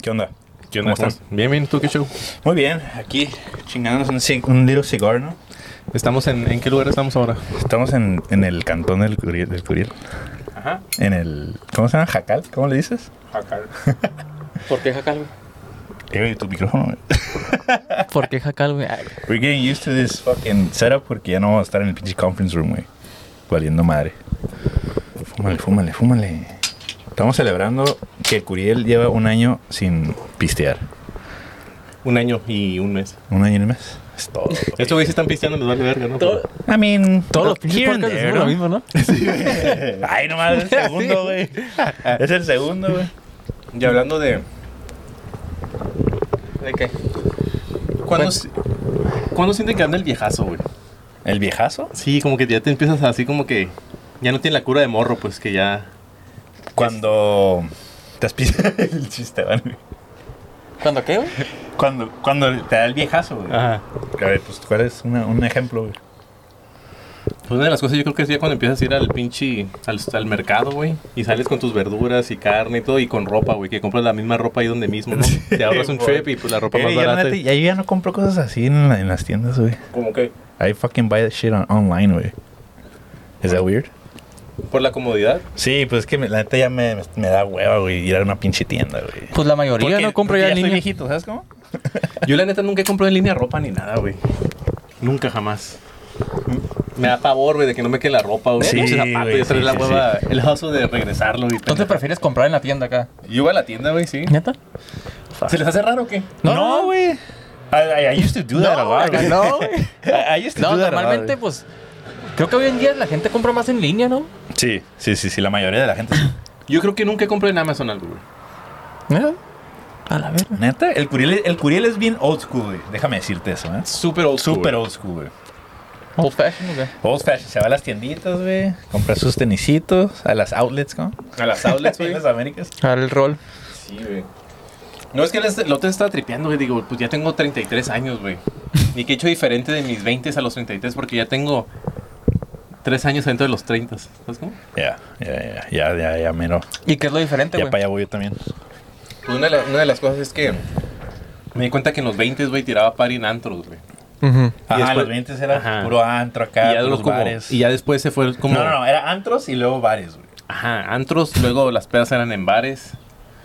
¿Qué onda? ¿Qué onda? ¿Cómo están? Bien, bien, ¿tú qué show? Muy bien, aquí chingándonos un, cig- un little cigar, ¿no? Estamos en, ¿en qué lugar estamos ahora? Estamos en, en el cantón del Curiel, del Curiel. Ajá. En el. ¿Cómo se llama? ¿Jacal? ¿Cómo le dices? Jacal. ¿Por qué jacal, güey? Eh, güey, tu micrófono. güey. ¿Por qué jacal, güey? Ay, We're getting used to this fucking setup porque ya no vamos a estar en el pinche conference room, güey. Valiendo madre. Fúmale, fúmale, fúmale. Estamos celebrando que el Curiel lleva un año sin pistear. Un año y un mes. Un año y un mes. Es todo. güey. Estos güeyes sí están pisteando, les vale verga, ¿no? Todo- I mean, Todos los Oh, pinches here and podcasts there, hacemos lo ¿no? mismo, ¿no? Ay, nomás es el segundo, güey. Es el segundo, güey. Y hablando de... ¿De qué? ¿Cuándo, Bueno. si- ¿Cuándo sienten que anda el viejazo, güey? ¿El viejazo? Sí, como que ya te empiezas así como que... Ya no tiene la cura de morro, pues que ya... Cuando te aspira el chiste, ¿vale? ¿Cuándo qué, güey? Cuando, cuando te da el viejazo, Ah. güey. Ajá. A ver, pues, ¿cuál es una- un ejemplo, güey? Pues una de las cosas yo creo que es ya cuando empiezas a ir al pinche... Al, al mercado, güey. Y sales con tus verduras y carne y todo. Y con ropa, güey. Que compras la misma ropa ahí donde mismo, ¿no? Te ahorras un Sí, trip güey. y pues la ropa Eh, más ya barata. neta, ya yo ya no compro cosas así en, la- en las tiendas, güey. Como que... I fucking buy that shit on- online, güey. ¿Es that weird? Por la comodidad. Sí, pues es que me- la neta ya me, me da hueva, güey, ir a una pinche tienda, güey. Pues la mayoría no compro ya en línea. viejito, ¿sabes cómo? Yo la neta nunca he comprado en línea ropa ni nada, güey. Nunca jamás. Me da pavor, güey, de que no me quede la ropa, güey. Sí, Sí, zapato, güey, ya trae sí, la sí, hueva, el oso de regresarlo, güey. Entonces prefieres comprar en la tienda acá. Yo voy a la tienda, güey, sí. ¿Neta? ¿Se les hace raro o qué? No, No, güey. I, I- I used to do that a lot, güey. no, güey. I, I used to No, do that a lot, normalmente, güey. pues. Creo que hoy en día la gente compra más en línea, ¿no? Sí, sí, sí, sí, la mayoría de la gente. sí. Yo creo que nunca compré en Amazon algo, güey. ¿Eh? A la verga. Neta, el Curiel, el Curiel es bien old school, güey. Déjame decirte eso, ¿eh? Súper old school, Súper güey. old school, güey. Old fashion, güey. Old fashion, se va a las tienditas, güey. Compra sus tenisitos, a las outlets, ¿no? A las outlets, güey. las Américas. Ahora el rol. sí, güey. No, es que el el otro estaba tripeando, güey. Digo, pues ya tengo 33 años, güey. Y que he hecho diferente de mis 20 a los 33 porque ya tengo 3 años dentro de los 30. ¿Sabes cómo? Ya, ya, ya, ya, ya, ya, mero. Este ¿Y qué es lo diferente, Ya para güey? allá voy yo también. Pues una, de la- una de las cosas es que me di cuenta que en los 20, güey, tiraba party en antros, güey. Ujú. Ajá, después- los 20 era Ajá. puro antro acá, y, ya puros los como- bares. y ya después se fue como... No, no, no, era antros y luego bares, güey. Ajá, antros, luego las pedas eran en bares.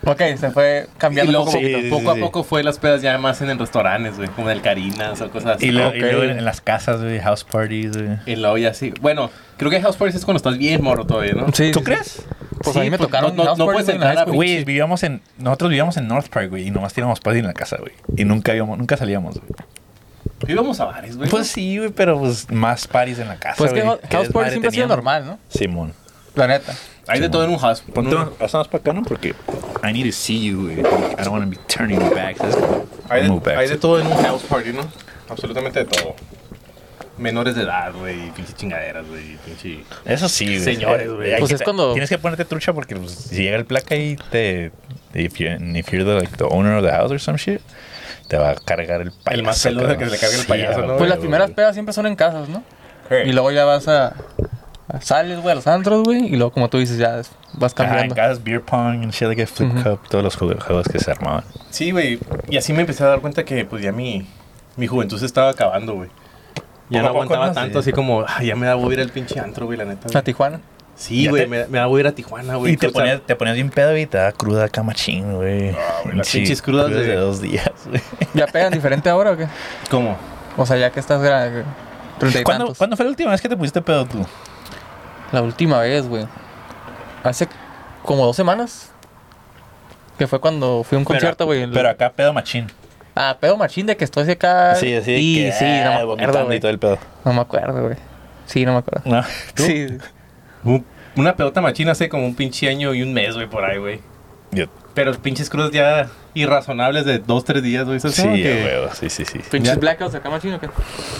Ok, se fue Y cambiando un luego poco. sí, sí, poco sí. a poco fue las pedas ya más en, en restaurantes, güey, como en el Carinas o cosas así. Y, luego- y Ok. luego en, en las casas, güey, house parties, güey. Y luego ya sí. Bueno, creo que house parties es cuando estás bien morro todavía, ¿no? Sí, ¿Tú sí, crees? Pues Sí, a mí me pues, tocaron no- no- house no parties puedes en la high entrar a school. Güey, vivíamos en. Nosotros vivíamos en North Park, güey, y nomás teníamos party en la casa, güey. Y nunca íbamos, nunca salíamos, güey. Íbamos a bares, güey. Pues sí, güey, pero pues más parties en la casa. Pues que güey. ho- house party desmadre siempre ha sido teníamos. normal, ¿no? Simón. La neta. Hay de todo en un house. Ponte en unos- un- haz más para acá, ¿no? Porque I need to see you, güey. I don't want to be turning you back. ¿sabes? Hay Move de, back. hay de todo en un house party, ¿no? Absolutamente de todo. Menores de edad, güey, pinche chingaderas, güey, pinche... Eso sí, güey. Señores, güey. Hay Pues que- es cuando- Tienes que ponerte trucha porque pues, si llega el placa y te. If you're, if you're the, like, the owner of the house or some shit, te va a cargar el payaso. más peludo cabrón. que le cargue el payaso, a ¿no? huevo, Pues las güey. primeras pedas siempre son en casas, ¿no? Y luego ya vas a. a- Sales, güey, a los antros, güey. Y luego, como tú dices, ya es- vas Ajá, en cambiando. casas, beer pong, and shit like a flip cup, todos los juego- juegos que se armaban. Sí, güey. Y así me empecé a dar cuenta que, pues, ya mi, mi juventud se estaba acabando, güey. Ya Poco no a poco, aguantaba ¿no? tanto, Sí. así como, "Ah, ya me da huevo ir al pinche antro, güey, la neta. güey". A Tijuana. Sí, Ya güey, te- me, me da huevo ir a Tijuana, güey. Y te O sea, ponías, te ponías bien pedo y te daba cruda acá machín, güey. güey, las Sí, pinches crudas de- de dos días, güey. ¿Ya pegan diferente ahora o qué? ¿Cómo? O sea, ya que estás grande. Treinta y ¿Cuándo, tantos. cuándo fue la última vez que te pusiste pedo tú? La última vez, güey. Hace como dos semanas. Que fue cuando fui a un concierto, güey. el- Pero acá pedo machín. Ah, pedo machín de que estoy así acá. Y sí, no me acuerdo, ah, eh, vomitando y güey. todo el pedo. No me acuerdo, güey. Sí, no me acuerdo. No. Sí. Un- una pelota machina hace como un pinche año y un mes, güey, por ahí, güey. Yo- Pero pinches crudas ya irrazonables de dos, tres días, güey. ¿sabes sí, cómo? a Que- huevo, sí, sí, sí. ¿Pinches Ya. blackouts acá machín o qué?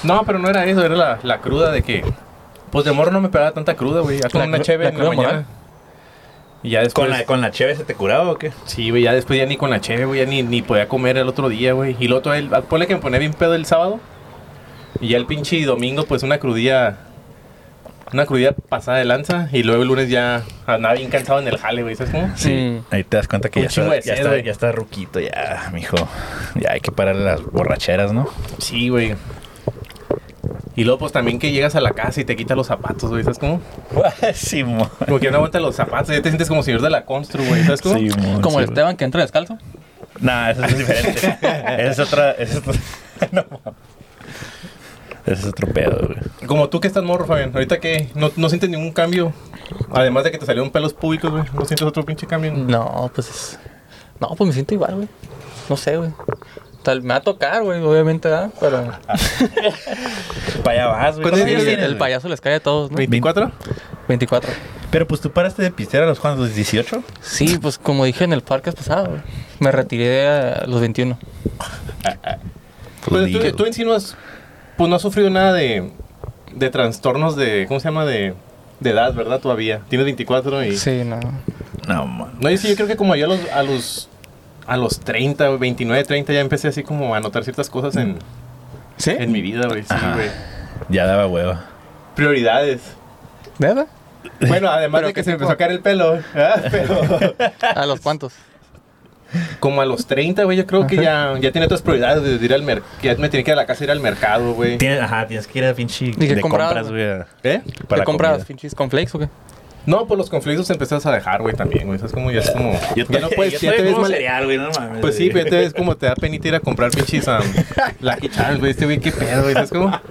No, pero no era eso, era la, la cruda de que... Pues de morro no me pegaba tanta cruda, güey. Ya con La una cru- cheve la en cruda la mañana. moral. Y ya después... ¿Con la, ¿Con la cheve se te curaba o qué? Sí, güey, ya después ya ni con la cheve, güey, ya ni, ni podía comer el otro día, güey. Y lo otro, el, ponle que me ponía bien pedo el sábado. Y ya el pinche domingo, pues una crudilla Una crudida pasada de lanza y luego el lunes ya andaba bien cansado en el jale, güey. ¿Sabes cómo? Sí. Ahí te das cuenta que Un ya está, chingo de ya, sed, está, güey. ya está ruquito, ya, mijo. Ya hay que parar las borracheras, ¿no? Sí, güey. Y luego, pues también que llegas a la casa y te quitas los zapatos, güey. ¿Sabes cómo? Simón. Como que no aguanta los zapatos, ya te sientes como señor de la constru, güey. ¿Sabes cómo? Simón, Como el sí. Esteban que entra descalzo. Nah, eso es diferente. Esa es otra. esa es otra- no, mames. Ese es otro pedo, güey. Como tú que estás morro, Fabián. Ahorita que no, no sientes ningún cambio. Además de que te salieron pelos públicos, güey. No sientes otro pinche cambio. No, pues es... No, pues me siento igual, güey. No sé, güey. Tal, me va a tocar, güey, obviamente, ¿verdad? Pero Para allá vas, güey. ¿Cuántos Sí, años el- tienes, el el payaso. payaso les cae a todos, ¿no? ¿24? 24. Pero pues tú paraste de pistear a los cuantos, 18? Sí, pues como dije en el podcast pasado, güey, me retiré a los 21. Pero Pues, tú, tú en sí no has, pues no has sufrido nada de, de trastornos de, ¿cómo se llama? De, de edad, ¿verdad? Todavía. Tienes 24 y... Sí, no. No, man. No, yo sí, yo creo que como yo a los, a los, a los 30, güey, 29, 30 ya empecé así como a notar ciertas cosas en, ¿Sí? en mi vida, güey. Sí, Ajá. güey. Ya daba hueva. Prioridades. ¿Verdad? Bueno, además Pero de que qué se tipo- empezó a caer el pelo, ¿verdad? Pero ¿A los cuantos? como a los 30, güey, yo creo que ya, ya tiene otras prioridades de ir al mercado. Ya me tenía que ir a la casa ir al mercado, güey. Tienes, ajá, tienes que ir a pinche que de comprabas, compras, güey. a- ¿Eh? para ¿Te compras comida. pinches con flakes o qué? No, pues los conflictos empezás a dejar, güey, también, güey. Es como, ya es como... ya no puedes, Yo ya soy te ves como mal... cereal, güey, no mames. Pues sí, güey. pero ya te ves como te da penita ir a comprar pinches um, Lucky Charms, güey. Este güey, qué pedo, güey. Es como...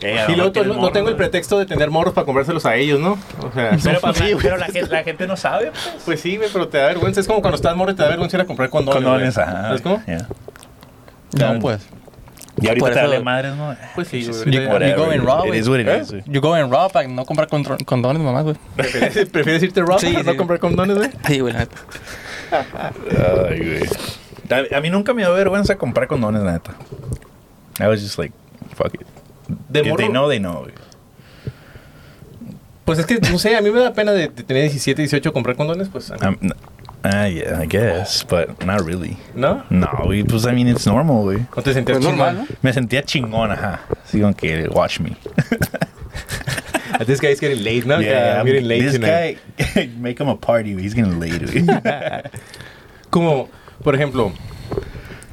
Eh, Y luego tienes no, no morro, tengo el güey. pretexto de tener morros para comprárselos a ellos, ¿no? O sea... Pero, pa- pero la, gente, la gente no sabe, pues. Pues sí, güey, pero te da vergüenza. Es como cuando estás morro y te da vergüenza ir a comprar condones. Condones, güey. ajá. ¿Sabes cómo? ya. No, Claro. pues. Y ahorita Por te eso- vale madres, ¿no? Pues sí, güey. Ni ahorita por ya- ahí. You go güey. in raw, güey. It is what it ¿Eh? is, güey. You go en raw para no comprar contro- condones, mamás, güey. ¿Prefieres, prefieres irte rock Sí, para no sí. comprar condones, güey? Sí, güey, la neta. Ay, güey. A, a mí nunca me dio vergüenza comprar condones, la neta. I was just like, fuck it. De If they morro. know, they know, güey. Pues es que, no sé, a mí me da pena de, de tener 17, 18 comprar condones, pues... a mí- I'm- Ah, yeah, I guess, but not really. ¿No? No, güey, pues, I mean, it's normal, güey. ¿No te sentías Pues normal, chingón? ¿no? Me sentía chingón, ajá. Así como que, watch me. Ah, This guy's getting late, ¿no? Yeah, I'm getting late this tonight. guy, make him a party, güey. He's getting late, güey. Como, por ejemplo,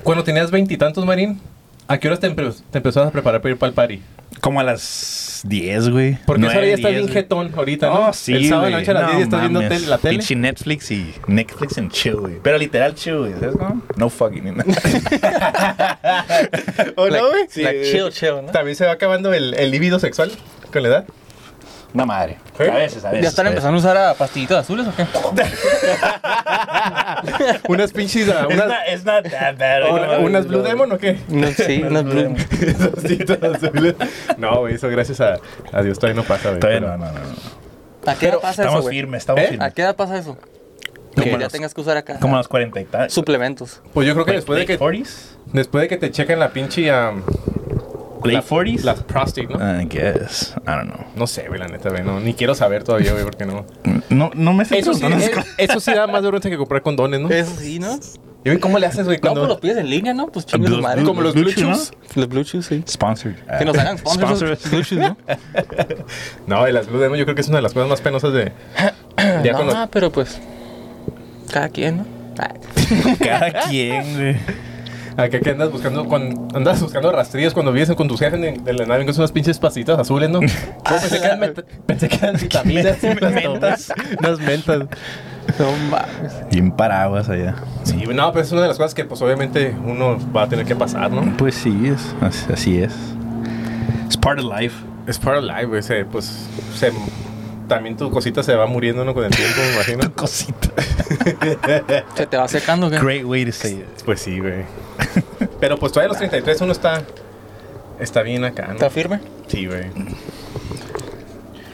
cuando tenías veintitantos, Marín, ¿a qué horas te, empe- te empezabas a preparar para ir para el party? Como a las 10, güey. Porque esa hora Nueve, ya está diez, bien güey. jetón ahorita, ¿no? Oh, sí, El sábado en güey. la noche a las No 10 estás viendo mames. tel- la tele. Pinche Netflix y Netflix and chill, güey. Pero literal chill, güey. ¿Sabes cómo? No fucking. ¿O La, no, güey? la Sí. chill, chill, ¿no? También se va acabando el, el libido sexual con la edad. Una madre. ¿Eh? A veces, a veces. ¿Ya están a veces. empezando a usar a pastillitas azules o qué? Unas pinches, ah, It's unas, not, it's not that bad. una- unas Blue Demon o qué? No, sí, unas blue. Esas citas azules. no, güey, eso gracias a, a Dios todavía no pasa, güey. Todavía Pero- no, no, no. no. ¿A qué edad pasa eso, Estamos güey? firmes, estamos ¿Eh? ¿A firmes. qué edad pasa eso? Como Que a ya los- tengas que usar acá Como a los 40 y tal. suplementos. Pues yo creo que después de que, Late 40s? después de que te chequen la pinche... ah, Late la- 40s? La prostate, ¿no? I guess. I don't know. No sé, güey, la neta, güey. No, ni quiero saber todavía, güey, porque no. No, no me estoy Eso sí, preguntando eh, eso sí da más vergüenza que comprar condones, ¿no? Eso sí, ¿no? ¿Y güey, cómo le haces, güey? No, Cuando... pues los pides en línea, ¿no? Pues chingas Los madre. blue- como los Blue Blue Chew, ¿no? Ah, Chews. Los Blue Chews, sí. Sponsored. Que nos hagan sponsors. Sponsor. esos Blue Chews, ¿no? No, de las Blue Demon yo creo que es una de las cosas más penosas de... Ya no, cuando- pero pues. Cada quien, ¿no? Ah, Ay, Cada quien, güey. Acá que andas buscando, cuando andas buscando rastrillos cuando vives con tus jefes de, de la nave, que son unas pinches pasitas azules, ¿no? No, pensé, que eran met- pensé que eran vitaminas. unas mentas. Unas mentas. No mames. Y en paraguas allá. Sí, no, pero es una de las cosas que, pues, obviamente uno va a tener que pasar, ¿no? Pues sí, es, as- así es. It's part of life. Es part of life, güey. se- Pues, se- también tu cosita se va muriendo, ¿no? Con el tiempo, me imagino. Cosita. Se te va secando, ¿qué? Great way to say it. Pues sí, güey. Pero pues todavía a los 33 uno está. Está bien acá, Está ¿no? firme. Sí, güey.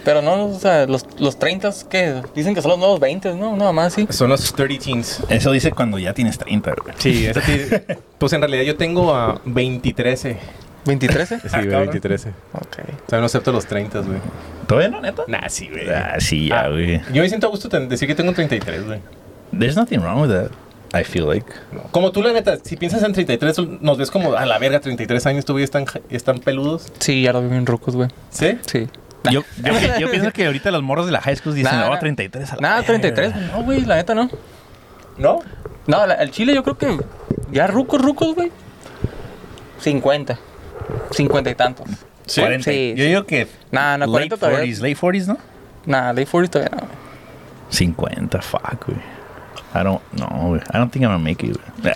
Pero no, o sea, los, los 30 que dicen que son los nuevos 20, ¿no? Nada más sí. Son los 30 teens. Eso dice cuando ya tienes 30, güey. Sí, eso sí. Pues en realidad yo tengo a 23. Sí, ¿23? güey, 23. ok. O sea, no acepto los 30, güey. ¿Todavía no, neta? Nah, sí, güey. Ah, sí, ya, Ah, güey. Yo me siento a gusto ten- decir que tengo 33, güey. There's nothing wrong with that. I feel like. Como tú, la neta, si piensas en 33, nos ves como a la verga, 33 años, tú güey, están, ja- están peludos. Sí, ya lo vi bien rucos, güey. ¿Sí? Sí. Yo, yo, yo pienso que ahorita los morros de la high school dicen, Nah, oh, nah. 33 a la Nada, verga". 33. güey. No, güey, la neta no. ¿No? No, la- el chile yo creo que ya rucos, rucos, güey. 50. 50 y tantos. 40. Sí, yo sí. digo que Nah, no, 40 late todavía. 40s, late 40s, ¿no? Nah, late 40 todavía no. güey. 50, fuck, güey. I don't, no, güey. I don't think I'm gonna make it, güey.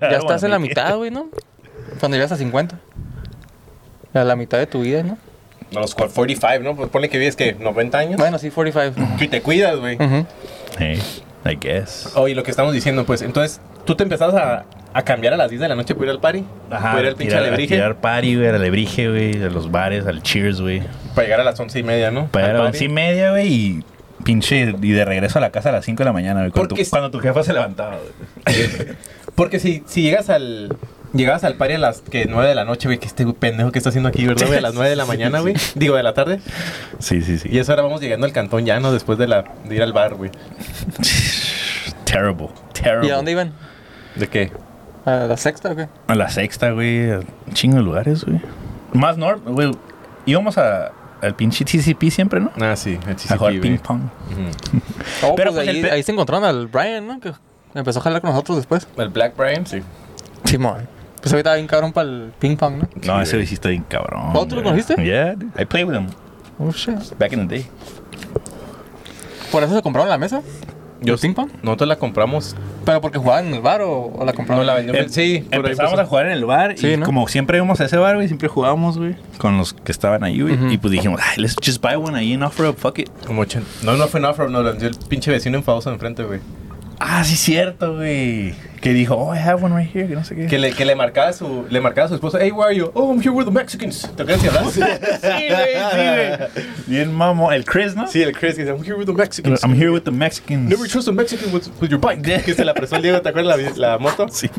Ah, Ya estás en la mitad, güey, ¿no? Cuando llegas a 50. A la mitad de tu vida, ¿no? A los cual- 45, ¿no? Pues ponle que vives que 90 años. Bueno, sí, 45. Y te cuidas, güey. Ujú. Hey, I guess. Oye, lo que estamos diciendo, pues, entonces, ¿tú te empezabas a, a cambiar a las 10 de la noche para ir al party? para ir al pinche tirar- alebrije. tirar party, güey, al alebrije, güey, a los bares, al cheers, güey. Para llegar a las 11 y media, ¿no? Para Al ir a party. once y media, güey, y pinche, y de regreso a la casa a las 5 de la mañana, güey. Cuando, Porque tu- es- cuando tu jefa se levantaba, güey. Porque si, si llegas al. Llegabas al party a las que 9 de la noche, güey, que este pendejo que está haciendo aquí, ¿verdad? güey? A las 9 de la mañana, güey. Digo, de la tarde. Sí, sí, Y sí. eso ahora vamos llegando al cantón llano después de, la, de ir al bar, güey. Terrible, terrible. ¿Y a dónde iban? ¿De qué? ¿A la sexta o qué? A la sexta, güey. a un Chingo de lugares, güey. Más norte, güey. Íbamos a, al pinche TCP siempre, ¿no? Ah, sí, el a jugar güey. ping pong. Ujú. Oh, Pero, pues, pues, el ahí, pe- ahí se encontraron al Brian, ¿no? Que empezó a jalar con nosotros después. El Black Brian, sí. Simón. Pues ahorita bien cabrón para el ping pong, ¿no? No, Sí, ese güey. güey sí está bien cabrón. ¿Oh, tú lo güey. conociste? Yeah, dude. I played with him Oh, shit. back in the day. ¿Por eso se compraron la mesa? Yo- ¿El ping pong? Nosotros la compramos. ¿Pero porque jugaban en el bar o, o la compraron? No la vendió. Em- sí, por ahí Empezamos empezó. a jugar en el bar y Sí, ¿no? como siempre íbamos a ese bar, güey, siempre jugábamos, güey, con los que estaban ahí, güey. Ujú. Y pues dijimos, ay, let's just buy one ahí en Offer Up, fuck it. Como 80. No, no fue en Afro, no, lo vendió el pinche vecino enfadoso de enfrente, güey. Ah, sí, cierto, güey. Que dijo, oh, I have one right here, que no sé qué. Que le, que le marcaba a su, le marcaba a su esposa, hey, where are you? Oh, I'm here with the Mexicans. ¿Te acuerdas que hablas? sí, güey, sí, Bien mamo, el Chris, ¿no? Sí, el Chris que dice, I'm here with the Mexicans. I'm here with the Mexicans. Never trust a Mexican with, with your bike. que se la prestó el Diego, ¿te acuerdas la, la moto? Sí.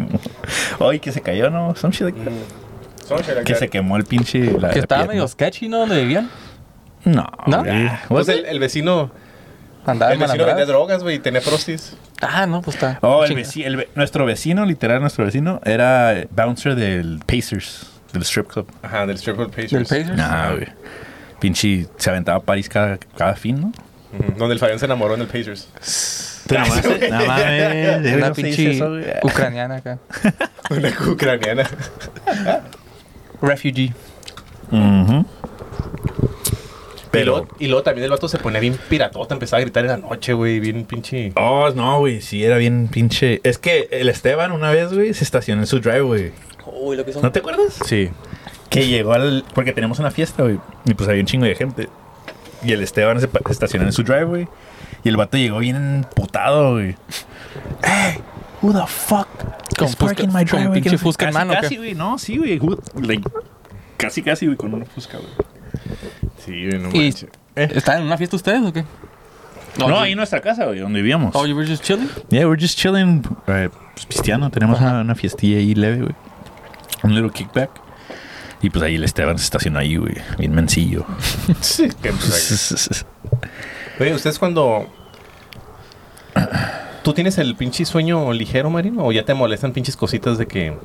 Oye, que se cayó, ¿no? Some shit like that. Que se quemó el pinche. La, Que la estaba pierna. medio sketchy, ¿no? Donde vivían. No. ¿No? güey. Pues Was el, it? el vecino, Andaba el en vecino vendía malandradas. drogas, güey, y tenía prostis. Ah, no, pues está. Oh, el Chinga. veci- el ve- nuestro vecino, literal, nuestro vecino, era bouncer del Pacers, del strip club. Ajá, del strip club Pacers. Del Pacers. Nah, Ah, güey. Pinche, se aventaba a París cada, cada fin, ¿no? Ujú, Donde el Fabián se enamoró en el Pacers. Tú nomás- no mames, güey, eh, Una no se dice pinche eso, güey. ucraniana acá. Una ucraniana. Refugee. Ujú. Y luego, Pero. y luego también el vato se ponía bien piratota, empezaba a gritar en la noche, güey, bien pinche. Oh, no, güey, sí, era bien pinche. Es que el Esteban una vez, güey, se estacionó en su drive, güey. Uy, lo que son. ¿No te acuerdas? Sí. Que llegó al. Porque tenemos una fiesta, güey. Y pues había un chingo de gente. Y el Esteban se, pa- se estacionó en su driveway. Y el vato llegó bien putado, güey. ¡Hey! ¿Who the fuck? Con is Fusca- parking my con driveway? pinche Que no sé- Fusca en casi, mano, ¿o qué? Casi, güey. No, sí, güey. Who- like, casi, casi, güey, con una fusca, güey. Sí, no Y- manches. Eh, ¿Están en una fiesta ustedes o qué? No, you- ahí en nuestra casa, güey, donde vivíamos. Oh, you were just chilling? Yeah, we're just chilling. eh, pues, pisteando, tenemos Ajá. una, una fiestilla ahí leve, güey. Un little kickback. Y pues ahí el Esteban se estacionó ahí, güey. Bien mencillo. sí, que- pues, Pues Oye, ¿ustedes cuando... ¿Tú tienes el pinche sueño ligero, Marino? ¿O ya te molestan pinches cositas de que...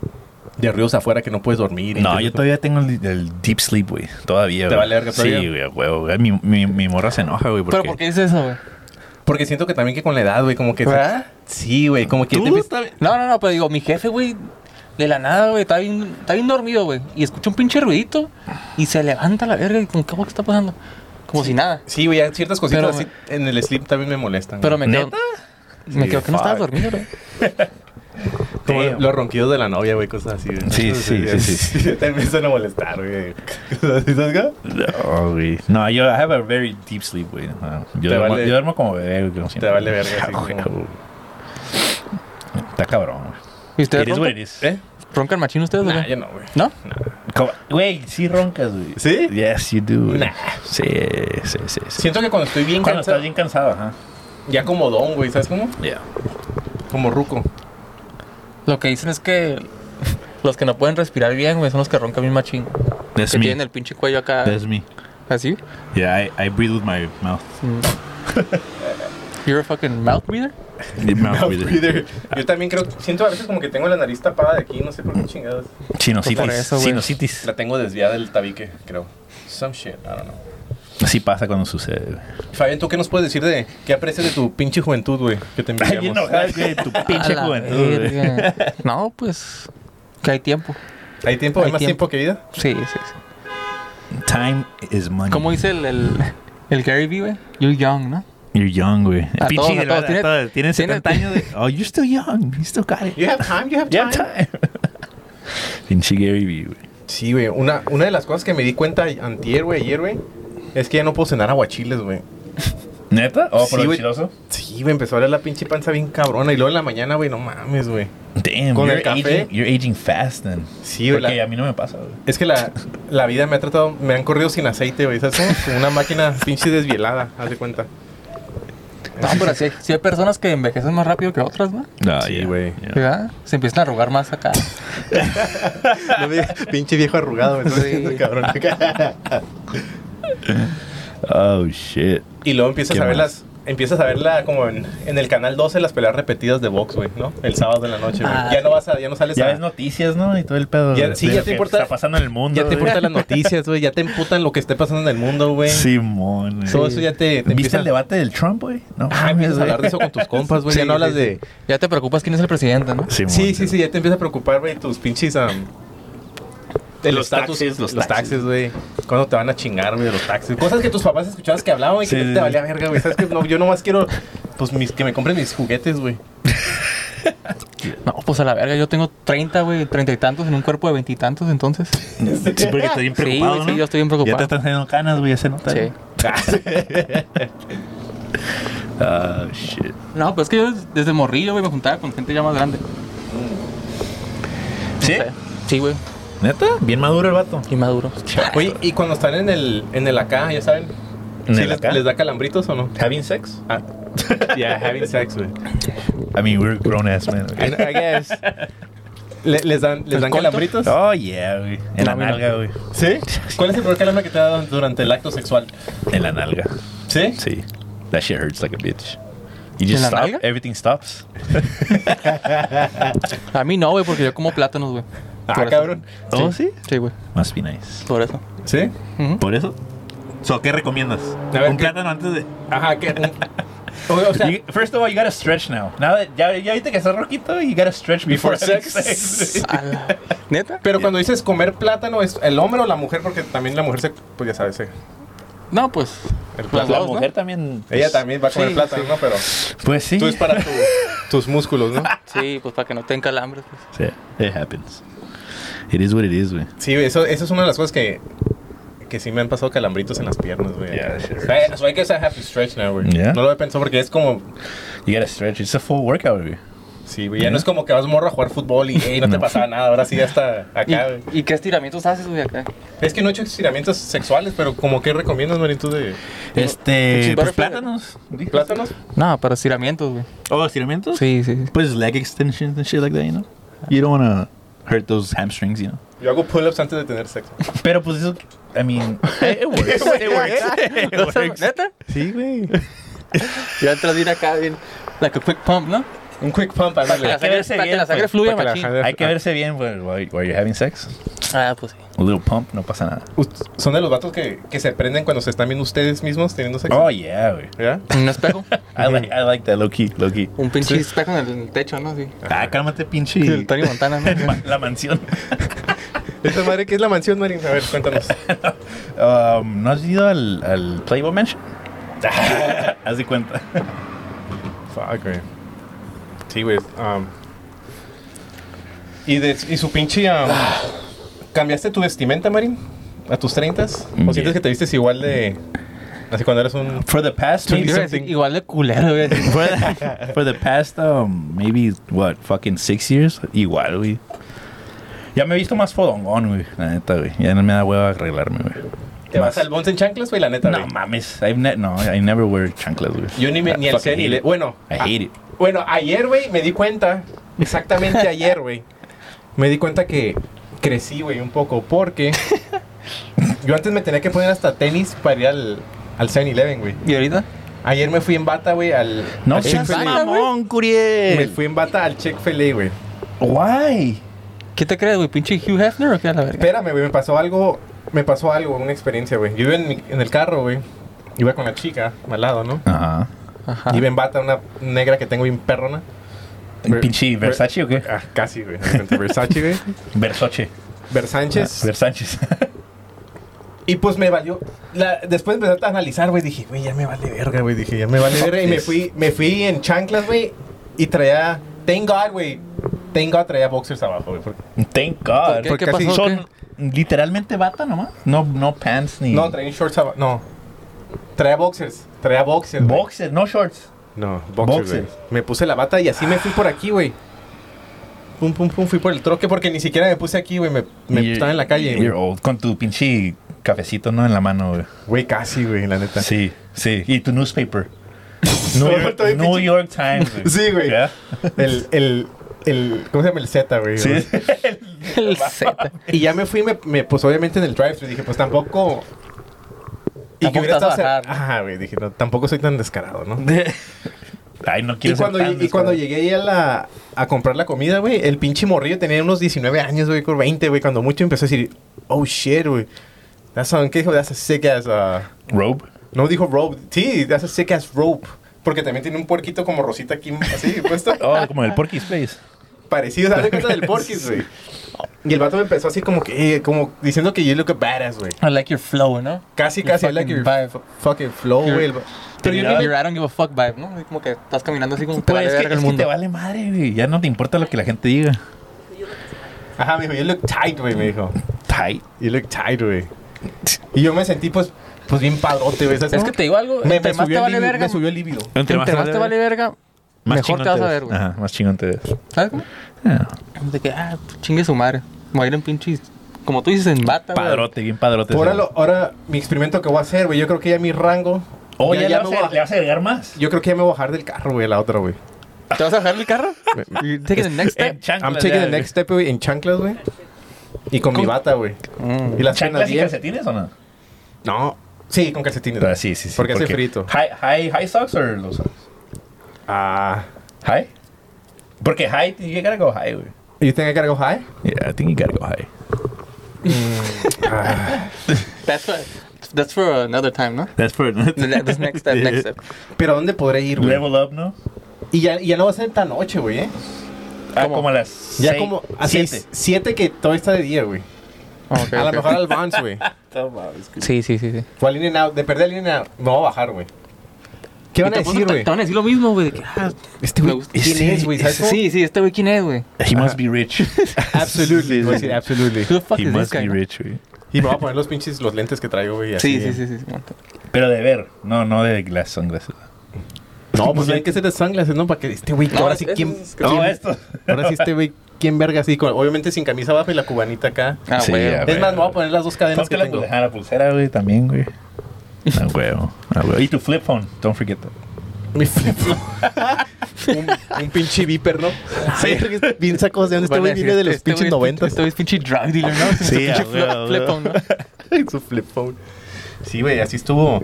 De ríos afuera que no puedes dormir? y No, que- yo todavía tengo el, el deep sleep, güey. Todavía, ¿Te güey. vale verga todavía? Sí, güey, a huevo, güey. Mi, mi, mi morra se enoja, güey. ¿Pero por qué dices eso, güey? Porque siento que también que con la edad, güey, como que... ¿Verdad? Sí, güey, como que... ¿Tú? te empiezas- No, no, no, pero digo, mi jefe, güey, de la nada, güey, está bien, está bien dormido, güey. Y escucha un pinche ruidito y se levanta a la verga y como, ¿qué que está pasando? Como si nada. Sí, güey, ya ciertas cositas Pero- así en el sleep también me molestan. Pero güey. me quedo. ¿Neta? Me Sí, quedo que no estabas fuck. dormido, güey. Como Damn. los ronquidos de la novia, güey, cosas así. güey. Sí, sí, sí, sí. Te empiezan a molestar, güey. ¿Sabes qué? No, güey. No, yo I have a very deep sleep, güey. Ah, Yo, Te duermo, vale- yo duermo como bebé, güey. como siempre. vale verga, así Ah, güey, como- Está cabrón, güey. ¿Y It ustedes is what it roncan, is. ¿Eh? roncan machín ustedes, güey? Nah, yo no, güey. ¿No? Como- Güey, sí roncas, güey. ¿Sí? Yes, you do. güey. Nah. Sí, sí, sí. sí. Siento que cuando estoy bien Cuando cansado, estás bien cansado, ajá. ya como don, güey, ¿sabes cómo? Yeah. Como ruco. Lo que dicen es que los que no pueden respirar bien, güey, son los que roncan bien machín. That's que me. tienen el pinche cuello acá. That's me. ¿Así? Yeah, I, I breathe with my mouth. Mm. You're a fucking mouth breather? Mouth breather. Yo también creo, siento a veces como que tengo la nariz tapada de aquí, no sé por qué chingados. Sinusitis. Por eso, güey. Sinusitis. La tengo desviada del tabique, creo. Some shit, I don't know. Así pasa cuando sucede, güey. Fabián, ¿tú qué nos puedes decir de qué aprecias de tu pinche juventud, güey? Que te Ay, envidiamos. enojado, güey, tu pinche A la juventud, güey. verga. No, pues. Que hay tiempo. ¿Hay tiempo? ¿Hay, Hay más tiempo tiempo. que vida? Sí, sí, sí. Time is money. ¿Cómo dice el, el, el Gary Vee, güey? You're young, ¿no? You're young, güey. A Pinche todos, a Gerardo, todos. Tiene- todo. Tiene tiene- 70 años de... Oh, you're still young. You still got it. You have time, you have You time. have time. Pinche Gary Vee, güey. Sí, güey. Una, una de las cosas que me di cuenta antier, güey, ayer, güey, es que ya no puedo cenar aguachiles, güey. ¿Neta? Oh, por lo chiloso? Sí, güey, empezó a oler la pinche panza bien cabrona. Y luego en la mañana, güey, no mames, güey. Damn, Con you're el café. aging, you're aging fast, then. Sí, güey. Porque la- a mí no me pasa, güey. Es que la, la vida me ha tratado, me han corrido sin aceite, güey. ¿Sabes? cómo? Como una máquina pinche desvielada, haz de cuenta. No, pero sí, hay- sí hay personas que envejecen más rápido que otras, ¿no? No, Ah, Sí, yeah, güey. yeah. ¿Verdad? Se empiezan a arrugar más acá. No me- pinche viejo arrugado, me está Sí. diciendo, cabrón. Oh, shit. Y luego empiezas ¿Qué a ver más? las. Empiezas a verla como en, en el canal 12 las peleas repetidas de box, güey, ¿no? El sábado en la noche, güey. Ah, ya no vas a, ya no sales Ya a- ves noticias, ¿no? Y todo el pedo. Ya- de- sí, de ya lo te que importa- Está pasando en el mundo. Ya te güey. importan las noticias, güey. Ya te emputan lo que esté pasando en el mundo, güey. Simón. güey. Todo eso ya te, te ¿Viste empieza- el debate del Trump, güey? No. Ah, empiezas a hablar de eso con tus compas, güey. Pues ya no hablas de. Ya te preocupas quién es el presidente, ¿no? Simón. Sí, sí, sí, ya te empieza a preocupar, güey, tus pinches. am, de Los los taxis, taxis, los los, taxis, güey. ¿Cuándo te van a chingar, güey, de los taxis? Cosas que tus papás escuchabas que hablaban y Sí, sí, que no sí. te valía verga, güey. ¿Sabes qué? No, yo nomás quiero, pues, mis, que me compren mis juguetes, güey. No, pues a la verga, yo tengo 30, güey, treinta y tantos en un cuerpo de veintitantos, entonces. Sí, porque estoy bien Sí, preocupado, güey, sí, ¿no? yo estoy bien Ya te preocupado. están haciendo canas, güey, ya se nota. Sí. Oh, shit. No, pues es que yo desde morrillo, güey, me juntaba con gente ya más grande. ¿Sí? O sea, Sí, güey, ¿Neta? Bien maduro el vato. y maduro. Oye, y cuando están en el, en el acá, ya saben. ¿En ¿sí el les, acá? les da calambritos o no? Having sex? Ah. Yeah, having sex, güey. I mean, we're grown ass men. I, güey. I guess. Le- ¿Les dan, les dan ¿Colto? calambritos? Oh, yeah, güey. En la No, mira. nalga, güey. ¿Sí? ¿Cuál es el peor calambre que te ha dado durante el acto sexual? En la nalga. ¿Sí? Sí. That shit hurts like a bitch. You ¿En just la stop, nalga? everything stops. A mí no, güey, porque yo como plátanos, güey. Por Ah, eso. cabrón. ¿Oh, sí? Sí, güey, Must be nice. por eso. ¿Sí? Ujú. ¿Por eso? So, ¿Qué recomiendas? A ver, Un ¿qué- plátano antes de... Ajá, que. O, o sea, You- first of all, you gotta stretch now. Now that ya, ya viste que estás roquito, you gotta stretch before, Before having sex. sex. A la- ¿Neta? pero cuando dices comer plátano, ¿es el hombre o la mujer? Porque también la mujer se. Pues ya sabes, eh, No, pues. el Las La plátano. dos, ¿no? mujer también. Ella también va a comer Sí, plátano, ¿no? Pero Pues sí. tú es para tu- tus músculos, ¿no? Sí, pues para que no tengan calambres. pues. Sí, It happens. It is what it is, güey. Sí, güey, eso, eso es una de las cosas que. Que sí me han pasado calambritos en las piernas, güey. Yeah, sure. So, I guess I have to stretch now, güey. Yeah. No lo había pensado porque es como. You gotta stretch. It's a full workout, güey. Sí, güey. Ya no es como que vas morro a jugar fútbol y "Ey, no, te No. pasaba nada. Ahora sí, hasta acá, güey. ¿Y, y qué estiramientos haces, güey, acá? Es que no he hecho estiramientos sexuales, pero como que recomiendas, Marito, de Este. Sí, Pues butterfly. plátanos. plátanos. No, para estiramientos, güey. Oh, estiramientos? Sí, sí. sí. Pues leg extensions and shit like that, you know? You don't wanna hurt those hamstrings, you know? Yo hago pull-ups antes de tener sexo. Pero pues eso. I mean. It works. It works. It works. ¿Neta? Sí, güey. Ya entras bien acá, bien. Like a quick pump, ¿no? Un quick pump, Para que ándale. la Hay que sangre, verse para que bien, la sangre pues, fluya, para que machín. la Hay que verse bien güey, while, while you're having sex. Ah, pues sí. A little pump, no pasa nada. Ah. Ust- Son de los vatos que, que se prenden cuando se están viendo ustedes mismos teniendo sexo. Oh, yeah, güey. ¿Ya? Un espejo. I like, I like that, low key, low key. Un pinche espejo en el, en el techo, ¿no? Sí. Ah, cálmate, pinche. El Tony Montana, ¿no? Ma- La mansión. Esta madre, ¿qué es la mansión, Marín? A ver, cuéntanos. Um, ¿No has ido al, al Playboy Mansion? Haz de cuenta. Fuck, güey. Sí, güey. um, y, de, y su pinche... um, ¿Cambiaste tu vestimenta, Marín? ¿A tus 30? ¿O Yeah. sientes que te vistes igual de... Así cuando eras un... For the past, Yo maybe, iba a for decir, something- Igual de culero, güey. the, for the past, um, maybe, what, fucking six years? Igual, güey. Ya me he visto más fodongón, güey. La neta, güey. Ya no me da hueva arreglarme, güey. ¿Te vas Más. al Bonds en chanclas, güey? La neta, No güey. mames. I've ne no, I never wear chanclas, güey. Yo ni, me- I ni el fucking C ni hate le... it. Bueno. I ah, hate it. Bueno, ayer, güey, me di cuenta, exactamente ayer, güey, me di cuenta que crecí, güey, un poco, porque yo antes me tenía que poner hasta tenis para ir al, al 7-Eleven, güey. ¿Y ahorita? Ayer me fui en bata, güey, al, No al seas Chick-fil-A, güey. mamón, Me Curiel. fui en bata al Chick-fil-A, güey. Why? ¿Qué te crees, güey? ¿Pinche Hugh Hefner o qué a la verga? Espérame, güey, me pasó algo, me pasó algo, una experiencia, güey. Yo iba en, mi- en el carro, güey. Iba con la chica, al lado, ¿no? Ajá. Ajá. Iba en bata, una negra que tengo bien perrona. Ver- ¿Pinche Versace o qué? Ah, casi, güey. Entre Versace, güey. Versace. Ah, Versánchez. Versánchez. Y pues me valió. La, después empecé a analizar, güey. Dije, güey, ya me vale verga, güey. Dije, ya me vale verga. Y me fui, me fui en chanclas, güey. Y traía. Thank God, güey. Thank God traía boxers abajo, güey. porque- Thank God. ¿Por qué? ¿Qué Porque pasó, Son literalmente bata nomás. No, no pants ni. No, traía shorts abajo. No. Traía boxers. Traía boxers. güey. boxers, no shorts. No, boxer, Boxer. güey. Me puse la bata y así me fui por aquí, güey. Pum, pum, pum, fui por el troque porque ni siquiera me puse aquí, güey. Me, me You're- estaba en la calle. you're güey. old. Con tu pinche cafecito, ¿no? En la mano, güey. Güey, casi, güey, la neta. Sí, sí. Y tu newspaper. New, Todo- York, todo el New pinche- York Times, güey. Sí, güey. ¿Ya? El, el, el, ¿cómo se llama? El Z, güey. Sí. El Z. Y ya me fui, me, me- pues obviamente en el drive-thru dije, pues tampoco... Tampoco te vas a cer- bajar, ¿no? Ajá, güey, dije, no, tampoco soy tan descarado, ¿no? Ay, no Y quiero cuando, ser lle- tan y descarado. cuando llegué ahí a, la, a comprar la comida, güey, el pinche morrillo tenía unos 19 años, güey, con 20, güey, cuando mucho empezó a decir, oh shit, güey. That's on, ¿qué dijo? That's a sick ass, uh, Robe. no dijo rope, sí, that's a sick ass rope. Porque también tiene un puerquito como rosita aquí, así, puesto. Oh, como el Porky's Place. parecido, dale cuenta del porquis, güey. Y el vato me empezó así como que, eh, como diciendo que yo look badass, güey. I like your flow, ¿no? Casi, Your casi, I like your fucking vibe. fu- fucking flow, Your- güey. el va- Pero yo Your ni me- I don't give a fuck vibe, ¿no? Como que estás caminando así como te Pues vale es que, verga es el que te mundo. vale madre, güey. Ya no te importa lo que la gente diga. Ajá, me dijo, you look tight, güey, me dijo. Tight. You look tight, güey. Y yo me sentí, pues, pues bien padrote, güey. ¿sabes Es cómo? que te digo algo, me, entre me más subió te el vale libido- verga, me subió el líbido. entre más te vale verga, mejor te vas a ver, güey. Ajá, más chingón te ves. ¿Sabes cómo? Ah, De que, ah, chingue su madre. Me voy a ir en pinches, como tú dices, en bata, güey. Padrote, bien padrote. Ahora, ese. lo- ahora, mi experimento que voy a hacer, güey, yo creo que ya mi rango... Oh, ya, le, me vas voy a, a- le vas a agregar más. Yo creo que ya me voy a bajar del carro, güey, a la otra, güey. ¿Te vas a dejar el carro? You're taking the next Eh, step. chanclas, I'm taking ya, the güey. next step, güey, en chanclas, güey. Y con mi bata, güey. Mm. Y ¿Chanclas las chanclas y bien. calcetines o no? No. Sí, con calcetines. Ah, Sí, sí, sí. Porque hace frito. High, high, high socks o los socks? Ah. High? Porque high, you gotta go high, güey. you think I gotta go high? Yeah, I think you gotta go high. That's, for, that's for another time, ¿no? That's for The ne- this next step, next step. Pero ¿a dónde podré ir, güey? Level up, ¿no? Y ya, y ya no va a ser tan noche, güey, ¿eh? Ah, ¿Cómo? como a las Ya seis, como a seis- siete. siete que todo está de día, güey. Ok, A lo ok. mejor al Vans, güey. Oh, Sí, sí, sí, sí. O al In-N-Out. De perder el In-N-Out, me voy a bajar, güey. ¿Qué van a Y tampoco decir, te- güey? Te van a decir lo mismo, güey. de que, ah, Este me güey, gusta. ¿quién este- es, güey? ¿Sabes cómo? Sí, sí, este güey, ¿quién es, güey? He must be rich. Absolutely. Voy a decir "Ah, absolutely. Who the fuck He is this must guy, be no? rich, güey. Y me voy a poner los pinches, los lentes que traigo, güey. así, Sí, sí, güey. sí, sí. sí. Pero de ver, no, no de las sunglasses. No, pues hay que hacer de sunglasses, ¿no? Para que este güey... No, ahora sí, eso ¿quién...? es que- No, quién- esto. Ahora sí este güey... ¿Quién verga así? Con, obviamente sin camisa abajo y la cubanita acá. Ah, Sí, güey. ya, Es más, me voy a poner las dos cadenas Ponte que la, tengo. ah, la pulsera, güey, también, güey. Ah, huevo. Ah, huevo. Y tu flip phone, don't forget that. Mi flip. un, un pinche viper, ¿no? Sí, bien sacos de dónde este Van a güey decir, viene de los este pinches güey es pinche- noventas. Este güey es pinche drug dealer, ¿no? Su Sí, pinche a huevo, flip a phone, ¿no? Su este flip phone. Sí, güey, así estuvo.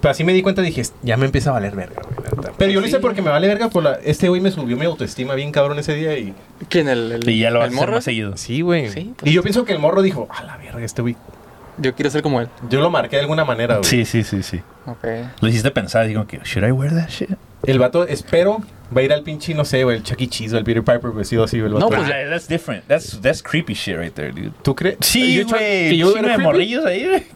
Pero así me di cuenta, dije, ya me empieza a valer verga, güey. la neta. Pero yo lo hice porque me vale verga. Por la... Este güey me subió mi autoestima bien cabrón ese día y. ¿Quién? ¿El, el, Y ya lo vas el a hacer morro? más seguido. Sí, güey. Sí, pues. Y yo pienso que el morro dijo, a la verga, este güey. Yo quiero ser como él. Yo lo marqué de alguna manera, güey. Sí, sí, sí, sí. Ok. Lo hiciste pensar, digo que, should I wear that shit? El vato, espero, va a ir al pinche, no sé, güey, el Chucky Cheese o el Peter Piper vestido así, güey. el No, vato. pues, Ah, that's different. That's, that's creepy shit right there, dude. ¿Tú crees? Sí, Yo- güey. que yo Chingo era de creepy. morrillos ahí, güey.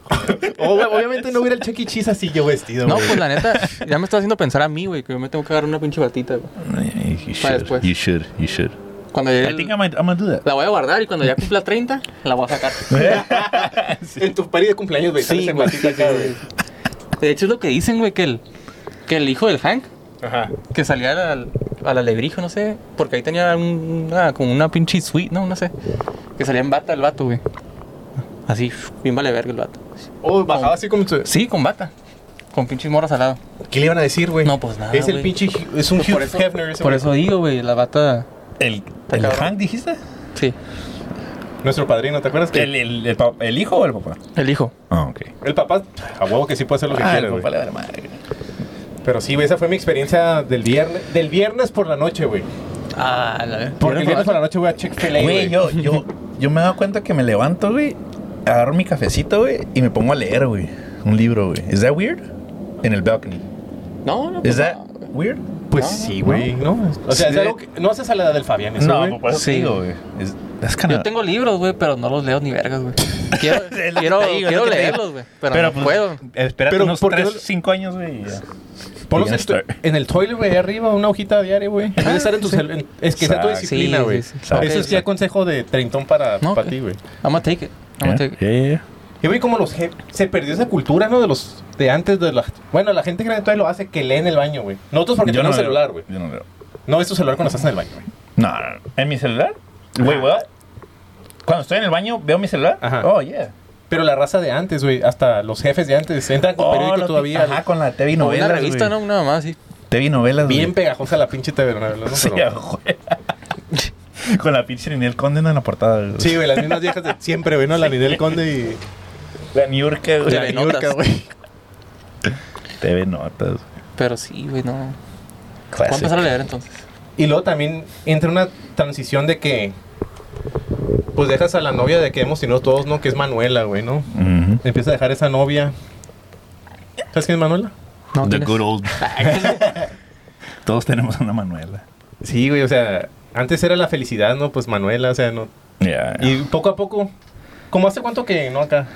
Oh, güey, obviamente no hubiera el Chucky Cheese así yo vestido, No, güey. pues la neta, ya me está haciendo pensar a mí, güey, que yo me tengo que agarrar una pinche batita, güey. You Para should, después. you should, you should. Cuando llegue. I el- think I might, I'm gonna do that. La voy a guardar y cuando ya cumpla 30, la voy a sacar. En tu party de cumpleaños, güey. Sí, sales en güey, batita acá, güey. De hecho, es lo que dicen, güey, que el, que el hijo del Hank, Ajá. que salía al, al alebrijo, no sé, porque ahí tenía una, como una pinche suite, no, no sé, que salía en bata el vato, güey. Así, bien vale verga el vato. Oh, bajaba así como... tu- Sí, con bata, con pinches morras al lado. ¿Qué le iban a decir, güey? No, pues nada, Es el güey. pinche... Hugh- Es un Hugh Hefner ese, Pues Por güey. eso digo, güey, la bata, ¿El, Está el cabrón. Hank dijiste? sí, Nuestro padrino, ¿te acuerdas? que ¿El, el, el, pa- el hijo o el papá? el hijo. Ah, ok. El papá, a huevo que sí puede hacer lo que Ah, quiera, el güey. papá le vale madre. Pero sí, güey, esa fue mi experiencia del viernes... Del viernes por la noche, güey. Ah, la Porque el viernes por la noche voy a Chick-fil-A, Güey, güey. yo, yo, yo me he dado cuenta que me levanto, güey, agarro mi cafecito, güey, y me pongo a leer, güey. Un libro, güey. ¿Is that weird? En el balcony. No, no. ¿Is pues, that no, güey. weird? Pues No, sí, güey. No, O sea, Sí, pues, es de- algo que no haces a la edad del Fabián. Eso, güey. sí, güey. Is- That's kinda- Yo tengo libros, güey, pero no los leo ni vergas, güey. Quiero, Es lo que te quiero, digo, es lo quiero que te digo. leerlos, güey, pero, no pues, puedo. Espérate Pero, unos ¿por qué 3, no- 5 años, güey. y ya. Ponlos Ya en, tu- está. en el toilet, güey, arriba, una hojita diaria, güey. En vez de estar en tu cel- en- Es que sea tu Exacto. disciplina, güey. Sí, sí, sí. Eso Eso es Ok, ya consejo de treintón para, No, para ok. ti, güey. I'm gonna take it. I'm gonna take it. Yeah, yeah, yeah. Y güey, como los jef- se perdió esa cultura, ¿no? De los de antes de la bueno, la gente grande todavía lo hace que lee en el baño, güey. Nosotros porque Yo no tenemos veo. celular, güey. Yo no veo. No ves tu celular cuando estás en el baño, güey. No, no, no. ¿En mi celular? Güey, what? Cuando estoy en el baño, veo mi celular. Ajá. Oh, yeah. Pero la raza de antes, güey, hasta los jefes de antes entran con Oh, periódico lo- todavía. Ajá, con la TV No, novelas. una revista, güey. ¿no? Nada más, sí. TV novelas, Bien güey. pegajosa la pinche TV, novela, ¿no? Sí, Pero- güey. Con la pinche Ninel Conde en la portada. güey. Sí, güey, las mismas viejas de siempre, güey, ¿no? La Ninel Conde La Niurka, y güey. la TV Notas. Niurka, güey. TV Notas. güey. Pero sí, güey, no. Voy a Classic. empezar a leer entonces. Y luego también entra una transición de que. Pues dejas a la novia de que hemos tenido todos, ¿no? Que es Manuela, güey, ¿no? Ujú. Empieza a dejar esa novia. ¿Sabes quién es Manuela? No, The tienes- good old. Todos tenemos una Manuela. Sí, güey, o sea, antes era la felicidad, ¿no? Pues Manuela, o sea, no. Yeah. Y poco a poco. ¿Cómo hace cuánto que no acá?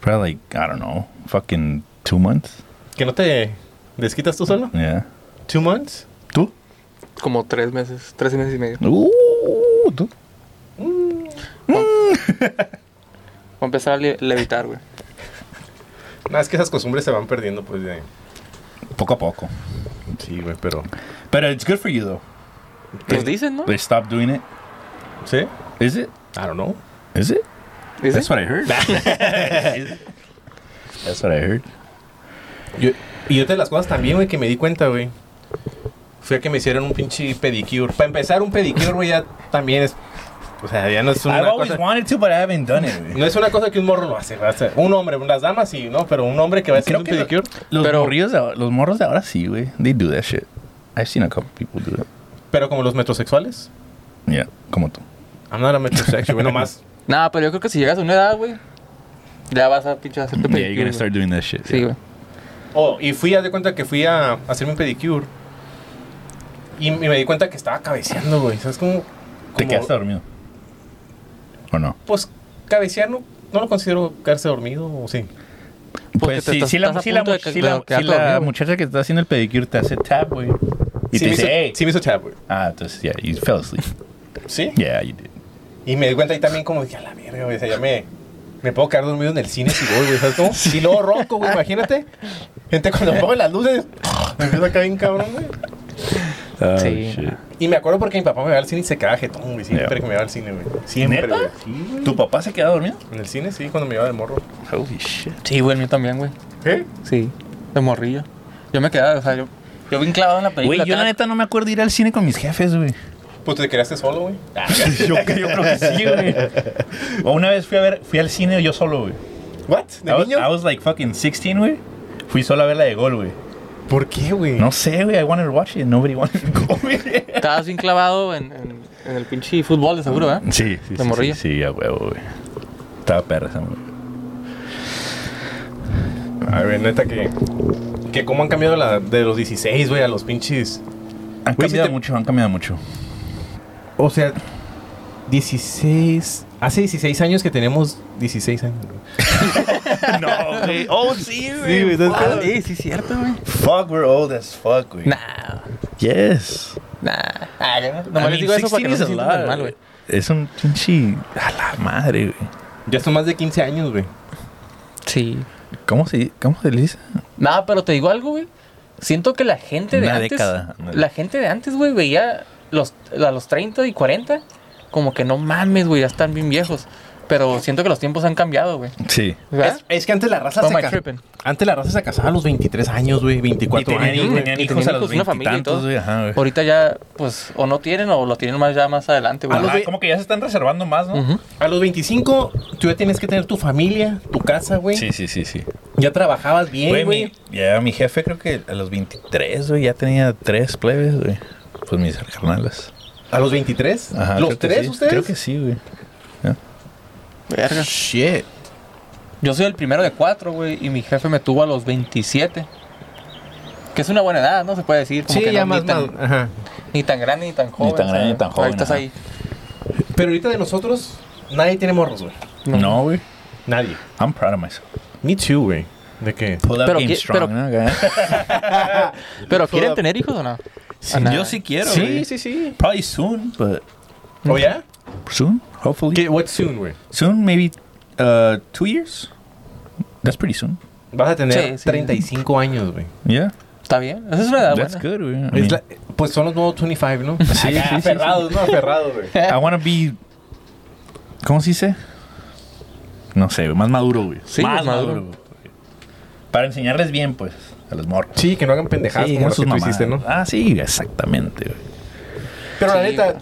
Probably like, I don't know, fucking two months. ¿Que no te desquitas tú solo? Yeah. ¿Two months? ¿Tú? Como tres meses, tres meses y medio. Uh, tú. Voy a empezar a le- levitar, güey. Nada, es que esas costumbres se van perdiendo, pues. De... Poco a poco. Sí, güey, pero. But it's good for you though. Los dicen, ¿no? They stopped doing it. ¿Sí? I Is it? don't know. Is it? Dicen. That's what I heard. That's what I heard. Yo, y otra de las cosas también, güey, que me di cuenta, güey. Fue que me hicieron un pinche pedicure. Para empezar, un pedicure, güey, ya también es. O sea, ya no es I've una always cosa. wanted to, but I haven't done it. güey. No es una cosa que un morro lo hace, güey. O sea, un hombre, las damas sí, ¿no? Pero un hombre que va a hacer Creo un que lo- pedicure. Los, Pero- morrillos de ahora- los morros de ahora sí, güey. They do that shit. I've seen a couple people do it. Pero como los metrosexuales. Yeah, como tú. I'm not a metrosexual, güey, nomás. Nah, pero yo creo que si llegas a una edad, güey, ya vas a pinche Yeah, hacerte you're pedicure, gonna güey. start doing that shit. Sí, güey. Oh, y fui, haz de cuenta que fui a hacerme un pedicure. Y, y me di cuenta que estaba cabeceando, güey. ¿Sabes cómo? ¿Te como- quedaste dormido? ¿O no? Pues cabecear no, no lo considero quedarse dormido, o sí. Porque Pues te sí, estás- sí, la, estás a sí, la- punto de que- sí, la- de quedar sí, la dormido, güey. muchacha que está haciendo el pedicure te hace tap, güey. Y sí te me dice, hizo- hey. Sí me hizo chat, güey. Ah, entonces, yeah, you fell asleep. ¿Sí? Yeah, you did. Y me di cuenta ahí también como dije, a la mierda, güey. O sea, ya me, me puedo quedar dormido en el cine si voy, güey. ¿Sabes cómo? Y luego ronco, güey, imagínate. Gente, cuando apago las luces, me empiezo a caer bien cabrón, güey. Oh, Sí. Y me acuerdo porque mi papá me va al cine y se cagaba jetón, güey. Siempre Yeah. que me va al cine, güey. Siempre, ¿Neta? güey. Sí, güey. ¿Tu papá se queda dormido? En el cine, sí, cuando me iba de morro. Holy shit. Sí, güey, el mío también, güey. ¿Eh? Sí. De morrillo. Yo me quedaba, o sea, yo, yo bien clavado en la película. Güey, yo acá la en neta no me acuerdo ir al cine con mis jefes, güey. Pues te quedaste solo, güey. yo, yo creo que sí, güey. O una vez fui a ver, fui al cine yo solo, güey. ¿What? I, was- I ah, was like fucking 16, güey. Fui solo a ver la de gol, güey. ¿Por qué, güey? No sé, güey. I wanted to watch it and nobody wanted to go, güey. Estabas bien clavado en, en, en el pinche fútbol, de seguro, ¿eh? Sí, sí, ¿De morrillo? sí, sí, a huevo, güey. Estaba perra esa madre. A ver, neta que... Que cómo han cambiado la, de los 16, güey, a los pinches... Han Güey, si cambiado te- mucho, han cambiado mucho. O sea, 16... Hace 16 años que tenemos 16 años, güey. No, güey. Oh, sí, Sí, güey, ¿sabes Ah, cómo? sí, sí, cierto, güey. Fuck, we're old as fuck, güey. Nah, Yes. nah. Ah, yo no- nomás les digo eso para que no se sientan mal, güey. Es un pinche. A la madre, güey. Ya son más de 15 años, güey. Sí. ¿Cómo se, cómo se le dice? Nah, pero te digo algo, güey. Siento que la gente de Una antes. década, ándale. La gente de antes, güey, veía los, a los 30 y 40. Como que no mames, güey, ya están bien viejos. Pero siento que los tiempos han cambiado, güey. Sí. ¿Verdad? que antes la raza Am I ca- tripping? Antes la raza se casaba a los 23 años, güey. 24 Y tenían, años, güey. tenían Y hijos a tenían los hijos, una familia y veintitantos, todo. güey. Ajá, güey. Ahorita ya, pues, o no tienen o lo tienen más ya más adelante, güey. Ajá, los ve- como que ya se están reservando más, ¿no? Ujú. A los 25 tú ya tienes que tener tu familia, tu casa, güey. Sí, sí, sí, sí. Ya trabajabas bien, Güey, güey. mi, ya, mi jefe creo que a los 23, güey, ya tenía tres plebes, güey. Pues mis carnalas. ¿A los 23? Ajá, ¿Los creo que tres sí. ustedes? Creo que sí, güey. Verga. Shit. Yo soy el primero de cuatro, güey, y mi jefe me tuvo a los 27. Que es una buena edad, ¿no? Se puede decir. Como Sí, que ya no, más, ni, tan, más- ajá. ni tan grande ni tan joven. tan grande ni tan joven, Ahí estás ajá. ahí. Pero ahorita de nosotros, nadie tiene morros, güey. No, güey. Nadie. I'm proud of myself. Me too, güey. ¿De qué? Pull out Pero game qui- strong, pero- ¿no? Acá. ¿eh? Pero ¿quieren tener hijos o no? Sí, Ah, nah. yo sí quiero, Sí, güey. sí, sí. Probably soon, but ¿O ya? soon, hopefully. ¿Qué? What soon, güey? Soon, maybe uh, two years. That's pretty soon. Vas a tener Sí, sí. 35 años, güey. Yeah, Está bien. Esa es una edad that's buena. good, güey. I, Ah, Es mean, la- Pues son los nuevos 25, ¿no? sí, sí, sí, sí. Aferrados, ¿no? Aferrados, güey. I wanna be... ¿Cómo se dice? No sé, güey, más maduro, güey. Sí, más más maduro. güey. Para enseñarles bien, pues, a los morros. Sí, que no hagan pendejadas Sí, como con las que sus tú mamás. hiciste, ¿no? Ah, sí, exactamente, güey. Pero la Sí, neta,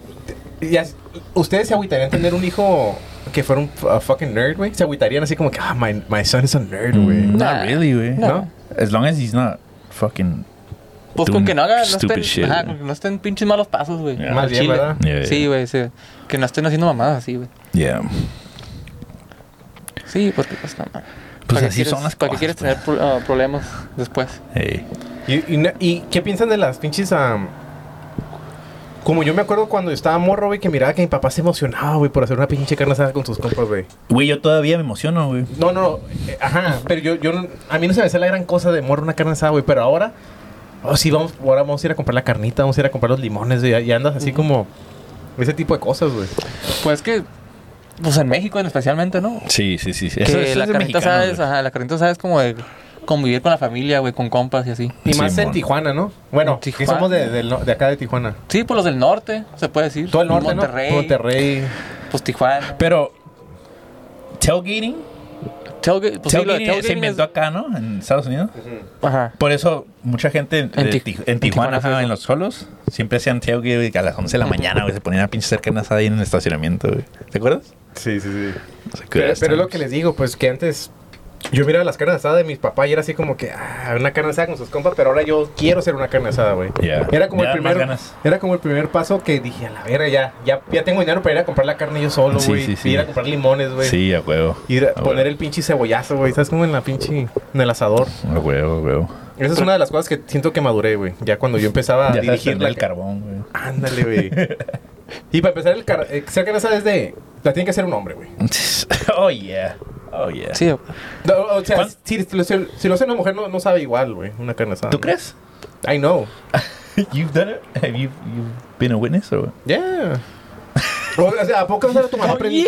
ya- ¿ustedes se agüitarían tener un hijo que fuera un f- a fucking nerd, güey? ¿Se agüitarían así como que, ah, my, my son is a nerd, güey? Mm, Nah. Not really, güey. No. As long as he's not fucking... Pues Doing con que no hagan, no stupid estén, shit, ajá, güey. con que no estén pinches malos pasos, güey. Yeah. Al Más bien, chile. ¿verdad? Yeah, Sí, güey, sí. Que no estén haciendo mamadas así, güey. Yeah. Sí, porque pues nada más. Pues qué así quieres- son las ¿Para cosas, qué quieres pues. tener pro- ah, problemas después? Hey. ¿Y, y no- y qué piensan de las pinches... am, como yo me acuerdo cuando estaba morro, güey, que miraba que mi papá se emocionaba, güey, por hacer una pinche carne asada con sus compas, güey. Güey, yo todavía me emociono, güey. No, no, no, eh, ajá, pero yo, yo, no- a mí no se me hace la gran cosa de morro una carne asada, güey, pero ahora, oh, sí, vamos, ahora vamos a ir a comprar la carnita, vamos a ir a comprar los limones, güey, y andas así como ese tipo de cosas, güey. Pues que, pues en México en especialmente, ¿no? Sí, sí, sí. sí. Que Eso- eso la es de carnita mexicanos, sabes, güey. ajá, la carnita sabes como de convivir con la familia, güey, con compas y así. Y más en Simón. Tijuana, ¿no? Bueno, que Tijuana. somos de, del no- de acá de Tijuana. Sí, por los del norte, se puede decir. Todo el norte, Monterrey, ¿no? Monterrey. pues Tijuana. Pero... Tailgating... Tailgate, pues sí, lo de Tailgating eh, tailgating se inventó es- acá, ¿no? En Estados Unidos. Ajá. Por eso mucha gente en, de Ti- Tij- en Tijuana, en Tijuana, ajá, sí. en los solos, siempre hacían tailgate a las 11 de la mañana, güey. Se ponían a pinche cerca en asada ahí en el estacionamiento, güey. ¿Te acuerdas? Sí, sí, sí. No sé qué Pero, horas pero es lo estamos. que les digo, pues que antes yo miraba las carnes asadas de mis papás y era así como que, ah, una carne asada con sus compas, pero ahora yo quiero ser una carne asada, güey. Ya. Era como Ya, el más primer ganas. era como el primer paso que dije, a la verga, ya, ya, ya tengo dinero para ir a comprar la carne yo solo, Sí, güey. sí, sí. Ir a comprar limones, güey. Sí, a huevo. Ir a Ah, poner bueno. el pinche cebollazo, güey. ¿Sabes como en la pinche, en el asador? A Ah, huevo, a huevo. Esa es una de las cosas que siento que maduré, güey. Ya cuando yo empezaba a Ya sabes dirigir prender la, el carbón, güey. Ándale, güey. y para empezar, el car eh, ser carnaza es de. La tiene que hacer un hombre, güey. Oh, yeah. Oh, yeah. Sí, No, o sea, ¿Cuál? si, si lo- si- si lo hace una mujer, no, no sabe igual, güey. Una carnaza. ¿Tú crees? I know. You've done it? Have you you've been a witness or what? Yeah. O o sea, ¿a poco vas a ver a tu mamá prend-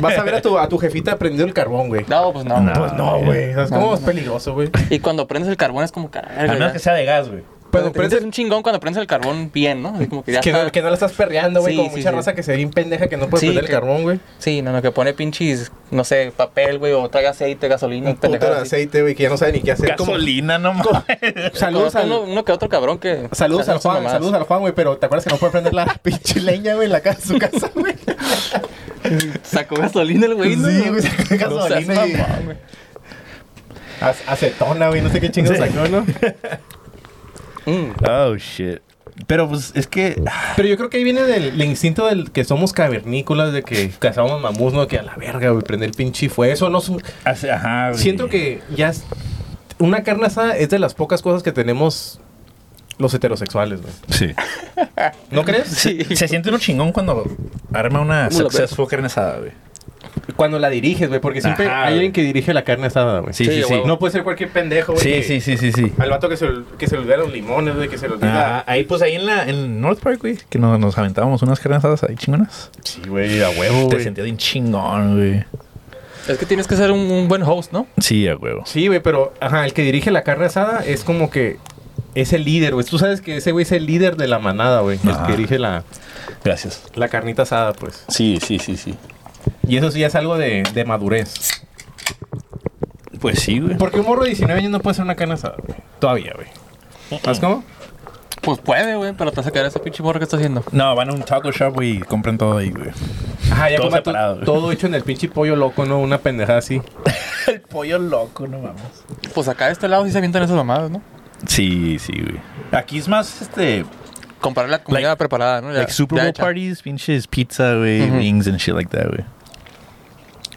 Vas a ver a tu, a tu jefita prendiendo el carbón, güey. no, pues no. No. Pues no, güey. ¿Sabes No, cómo no, es no. peligroso, güey? Y cuando prendes el carbón es como A menos que carnal. sea de gas, güey. Pero Pero prendes- es un chingón cuando prendes el carbón bien, ¿no? Así como que ya Que está. no, que no la estás perreando, güey. Sí, como sí, mucha sí. raza que se ve bien pendeja que no puede Sí, prender que- el carbón, güey. Sí, no, no, que pone pinches, no sé, papel, güey, o trae aceite, gasolina, Un puto de pendejadas así. aceite, güey, que ya no sabe ni qué hacer. Como- Gasolina, no mames. Saludos Conozco al, uno, uno que otro cabrón que. Saludos hace al esas Juan, mamadas. saludos al Juan, güey, pero ¿te acuerdas que no puede prender la pinche leña, güey, en la casa, su casa, güey? Sacó gasolina el güey, ¿no? Sí, güey, sacó gasolina seas y- mamón, güey. Ac- acetona, güey, no sé qué chingados sacó, ¿no? Mm. Oh, shit. Pero pues es que. Pero yo creo que ahí viene del, el instinto del que somos cavernícolas, de que cazamos mamús, ¿no? Que a la verga, güey, prender pinche fue eso, no es un- hace- Ajá, güey. Siento que ya es- una carne asada es de las pocas cosas que tenemos los heterosexuales, güey. Sí. ¿No crees? Se, se siente uno chingón cuando arma una Muy la successful carne asada, güey. Cuando la diriges, güey, porque siempre Ajá, hay güey. alguien que dirige la carne asada, güey. Sí, sí, Sí, sí. huevo. No puede ser cualquier pendejo, güey. Sí, que- sí, sí, sí, sí. Al vato que se, ol- que se le olvida los limones, güey, que se le olvida... Ah, ahí pues ahí en la en North Park, güey, que nos, nos aventábamos unas carnes asadas ahí chingonas. Sí, güey, a huevo, Te güey. sentías bien chingón, güey. Es que tienes que ser un, un buen host, ¿no? Sí, a huevo. Sí, güey, pero ajá, el que dirige la carne asada es como que es el líder, güey. Tú sabes que ese güey es el líder de la manada, güey. El Ajá. que dirige la, Gracias. la carnita asada, pues. Sí, sí, sí, sí. Y eso sí ya es algo de, de madurez. Pues sí, güey. Porque un morro de 19 años no puede ser una carne asada, güey. Todavía, güey. ¿Sabes cómo? Pues puede, güey, pero te vas a quedar ese pinche morro que está haciendo. No, van a un taco shop, güey, y compran todo ahí, güey. Ajá, ya Todo como tú- separado, güey. todo hecho en el pinche pollo loco, ¿no? Una pendejada así. El pollo loco, no vamos. Pues acá de este lado sí se avientan esas mamadas, ¿no? Sí, sí, güey. Aquí es más, este, Comparar la comida Like- preparada, ¿no? Ya- like Super ya Bowl hecha. parties, pinches pizza, güey, Ujú. wings and shit like that, güey.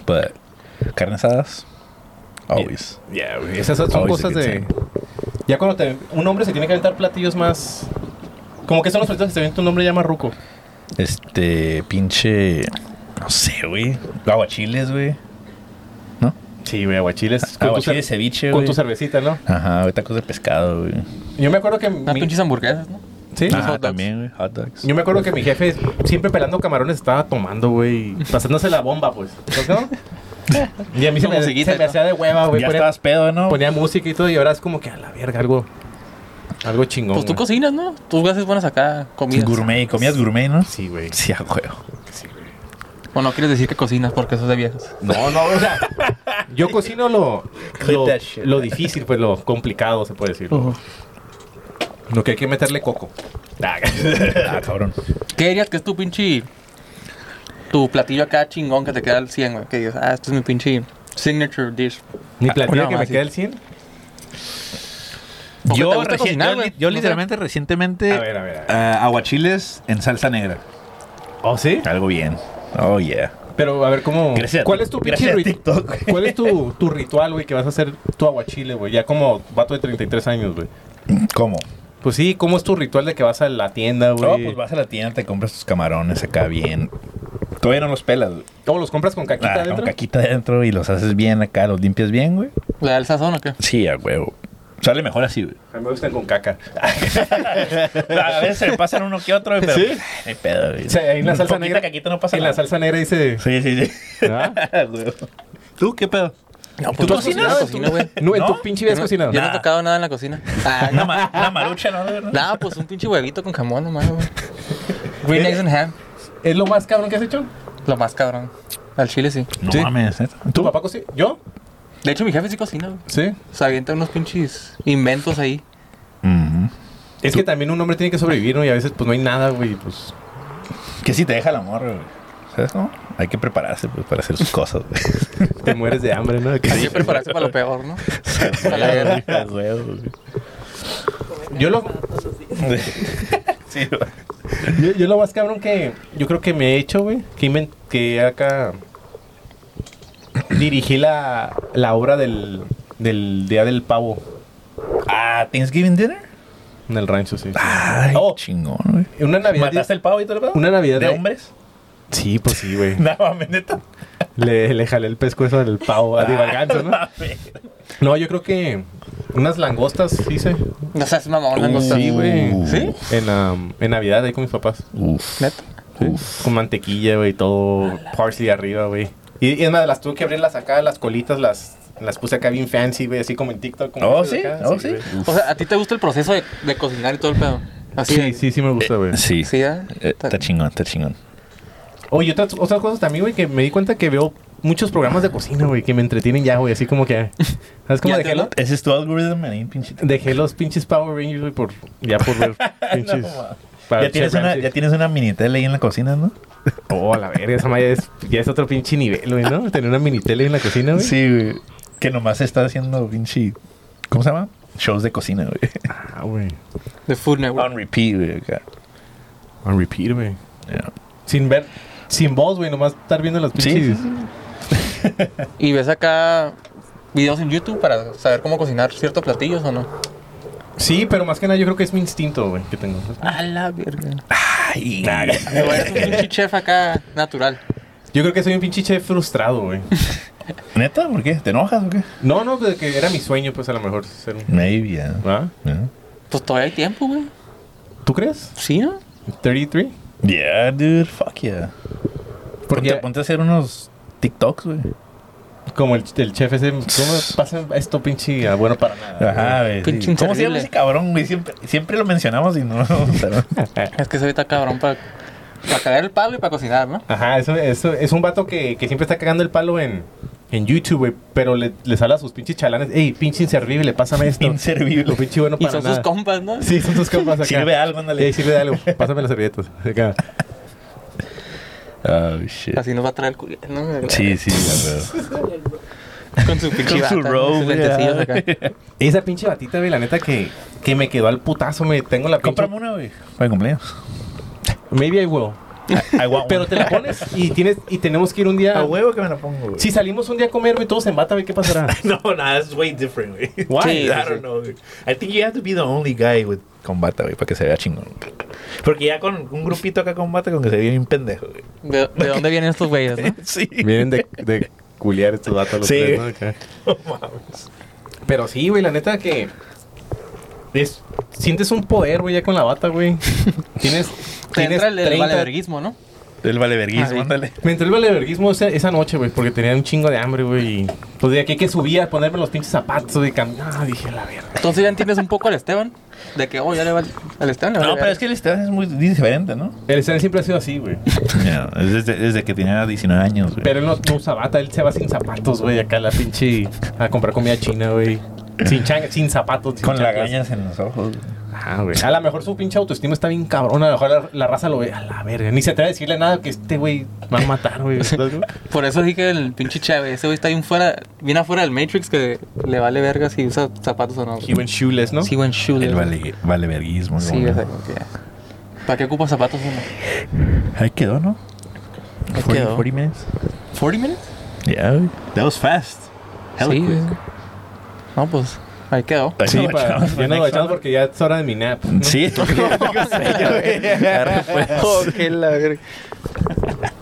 But, carne asadas, Always. Yeah, güey. Esas son Always a cosas good de. time. Ya cuando te- un hombre se tiene que aventar platillos más. Como que son los platillos que se avienta un hombre ya más ruco. Este, pinche. No sé, güey. Aguachiles, güey. Sí, güey, aguachiles. eh, Con, tu, cer- Aguachiles, ceviche, con güey. tu cervecita, ¿no? Ajá, güey, tacos de pescado, güey. Yo me acuerdo que. Unas Mi, pinches hamburguesas, ¿no? sí. Ah, dogs. también, güey. Hot dogs. Yo me acuerdo que mi jefe siempre pelando camarones estaba tomando, güey. Pasándose la bomba, pues. ¿No? y a mí se Con me, se musiquita y me todo. hacía de hueva, güey. ya Ponía- estabas pedo, ¿no? ponía música y todo, y ahora es como que a la verga, algo, algo chingón. Pues tú güey. cocinas, ¿no? Tú haces buenas acá comidas. Gourmet, comías gourmet, ¿no? Sí, güey. Sí, a huevo. O no quieres decir que cocinas porque eso es de viejos. No, no, o sea, yo cocino lo, lo, that shit. lo difícil, pues lo complicado, se puede decir. Ujú. Lo que hay que meterle coco. Ah, Ah, cabrón. ¿Qué dirías que es tu pinche. Tu platillo acá chingón que te queda al 100, güey? Que digas, ah, esto es mi pinche signature dish. Mi Ah, platillo una que me más, sí. queda el 100. Porque te Yo, gusta reci- cocinar, yo, güey. li- yo No sé. literalmente recientemente A ver, a ver, a ver. ah, aguachiles en salsa negra. ¿Oh, sí? Algo bien. Oh yeah. Pero a ver cómo. Gracias a ¿Cuál ti- es tu gracias pinche a rit- TikTok, güey. ¿Cuál es tu, tu ritual, güey, que vas a hacer tu aguachile, güey? Ya como vato de 33 años, güey. ¿Cómo? Pues sí, ¿cómo es tu ritual de que vas a la tienda, güey? No, pues vas a la tienda, te compras tus camarones acá bien. Todavía no los pelas, güey. ¿O los compras con Ah, caquita con adentro? caquita adentro y los haces bien acá, los limpias bien, güey. ¿Le da el sazón o qué? Sí, a huevo. Sale mejor así, güey. A mí me gustan con caca. Ah, A veces se me pasan uno que otro, güey, pero. ¿Sí? Ay, pedo, güey. O sea, ahí en la salsa Poquita negra- caquita no pasa En la nada. salsa negra dice. Sí, sí, sí. ¿Ah? A huevo. ¿Tú qué pedo? No, pues, ¿Tú no cocinas? No cocino, güey. No, en ¿No? tu pinche vida has Yo no- cocinado. Yo no he Nah. tocado nada en la cocina. Ah, Una, ma- una marucha, ¿no? No, no. Nada, pues un pinche huevito con jamón nomás, güey. Green Eh. eggs and ham. ¿Es lo más cabrón que has hecho? Lo más cabrón. Al chile sí. No Sí. mames, ¿eh? neta. ¿Tu papá cocinó? ¿Yo? De hecho, mi jefe sí cocina, güey. Sí. Se avienta unos pinches inventos ahí. Ujú. Es que también un hombre tiene que sobrevivir, ¿no? Y a veces, pues, no hay nada, güey, pues... Que si te deja la morra, güey. ¿Sabes cómo? Hay que prepararse, pues, para hacer sus cosas, güey. Te mueres de hambre, ¿no? Hay que prepararse para lo peor, ¿no? Para la guerra. A huevo, güey. Yo lo, Sí, güey. yo, yo lo más cabrón que... Yo creo que me he hecho, güey, que, inven- que acá... Dirigí la, la obra del, del Día del Pavo Ah, Thanksgiving dinner. en el rancho, sí. Ay, Oh. chingón, güey. Una Navidad... Ah, ¿Mataste el pavo y todo el pedo? Una Navidad ¿De de- hombres? Sí, pues sí, güey. No, mames, neta. Le, le jalé el pescuezo del pavo, a digo, al ganso, ¿no? No, yo creo que unas langostas hice No seas mamón, no Uh, gusta. sí, güey. ¿Sí? en, la- en Navidad ahí con mis papás. Uf. Neta. Con mantequilla, güey, todo parsley arriba, güey. Y, y es más, las tuve que abrirlas acá, las colitas, las, las puse acá bien fancy, güey, así como en TikTok. como Oh, haces sí, acá, oh, sí. güey. O sea, ¿a ti te gusta el proceso de, de cocinar y todo el pedo? Así Sí, de- sí, sí me gusta, güey. Sí. Sí, ¿eh? Eh, Está chingón, está chingón. Oye, otras, otras cosas también, güey, que me di cuenta que veo muchos programas de cocina, güey, que me entretienen ya, güey, así como que... ¿Sabes cómo Ya dejé, te- los- Ese es tu algoritmo, ahí, pinchito. dejé los pinches Power Rangers, güey, por, ya por ver pinches... para Ya tienes, Chef una, Ramsay. ya tienes una mini tele ahí en la cocina, ¿no? Oh, a la verga, esa madre es, ya es otro pinche nivel, güey, ¿no? Tener una mini tele en la cocina, güey. Sí, güey. Que nomás está haciendo pinche. ¿Cómo se llama? Shows de cocina, güey. Ah, güey. De Food Network. On repeat, güey. acá. On repeat, güey. Yeah. Sin ver, sin voz, güey, nomás estar viendo las Sí, pinches. sí, Y ves acá videos en YouTube para saber cómo cocinar ciertos platillos o no. Sí, pero más que nada yo creo que es mi instinto, güey, que tengo. A la verga. Ay, Eres un pinche chef acá natural. Yo creo que soy un pinche chef frustrado, güey. ¿Neta? ¿Por qué? ¿Te enojas o qué? No, no, pues, que era mi sueño, pues a lo mejor ser un... Maybe, yeah. ¿Ah? Yeah, Pues todavía hay tiempo, güey. ¿Tú crees? Sí, ¿no? 33. Yeah, dude. Fuck yeah. Porque Porque ponte, ponte a hacer unos TikToks, güey. como el, el chef ese, ¿cómo pasa esto pinche ah, bueno para nada? Ajá, güey. Pinche sí. ¿Cómo se llama inservible. ese cabrón, güey? Siempre, siempre lo mencionamos y no. pero- Es que se ahorita cabrón para para cagar el palo y para cocinar, ¿no? Ajá, eso, eso es un vato que, que siempre está cagando el palo en, en YouTube, güey, pero le, les habla a sus pinches chalanes, ey, pinche inservible, pásame esto. Inservible. Lo pinche bueno Y para son nada. sus compas, ¿no? Sí, son sus compas acá. Sirve algo, ándale. Ey, sirve de algo. Pásame las servilletas. Acá. Oh, shit. Así nos va a traer el culo, ¿no? Sí, sí, ya, Con su pinche Con su bata, robe, sus lentecillos ah. acá. Esa pinche batita, güey, la neta que, que me quedó al putazo, me tengo la pinche... Cómprame una, güey. Para el cumpleaños. Maybe I will. I, I want Pero one. te la pones y tienes y tenemos que ir un A día. huevo que me la pongo, Ah, güey. Si salimos un día a comer, güey, todos en bata, güey, ¿qué pasará? No, no, that's way different, güey. Why? Sí, I sí, don't sí. know, güey. I think you have to be the only guy with con bata, güey, para que se vea chingón. Porque ya con un grupito acá con bata, con que se ve bien pendejo, güey. ¿De, de dónde vienen estos güeyes, no? Sí. Vienen de, de culiar estos vatos los Sí. tres, ¿no? Acá. No mames. Pero sí, güey, la neta que. es- sientes un poder, güey, ya con la bata, güey. Tienes. Te tienes entra el, el 30 valeverguismo, ¿no? El valeverguismo, Ahí. ándale. Me entró el valeverguismo esa, esa noche, güey, porque tenía un chingo de hambre, güey. y, Pues de aquí que subía a ponerme los pinches zapatos de caminar. Ah, dije, la verga. Entonces ya entiendes un poco al Esteban. De que, oh, ya le va al Esteban. le vale No, pero verga. es que el Esteban es muy diferente, ¿no? El Esteban siempre ha sido así, güey. Ya, es desde, desde que tenía 19 años, güey. Pero él no, no usa bata, él se va sin zapatos, güey, acá a la pinche. a comprar comida china, güey. Sin changa, sin zapatos. sin con chanclas. lagañas en los ojos. güey. Ah, güey. A lo mejor su pinche autoestima está bien cabrona. A lo mejor la, la raza lo ve a la verga. Ni se atreve a decirle nada que este güey va a matar, güey. Por eso dije el pinche Chávez. Ese güey está bien fuera, bien afuera del Matrix que le vale verga si usa zapatos o no. He went shoeless, ¿no? Sí, buen shoe. El vale, valeverguismo. Sí, güey. o sea, como que ya. ¿Para qué ocupa zapatos uno? Ahí quedó, ¿no? Ahí 40, quedó. 40 minutes. ¿40 minutes? Yeah, güey. That was fast. Hell sí, quick. güey. No, pues, ahí quedó. Sí, No, para- para- ya no lo echamos porque ya es hora de mi nap. Sí, es lo que- lo que sé yo, güey. Arre, pues. Oh, qué la verga.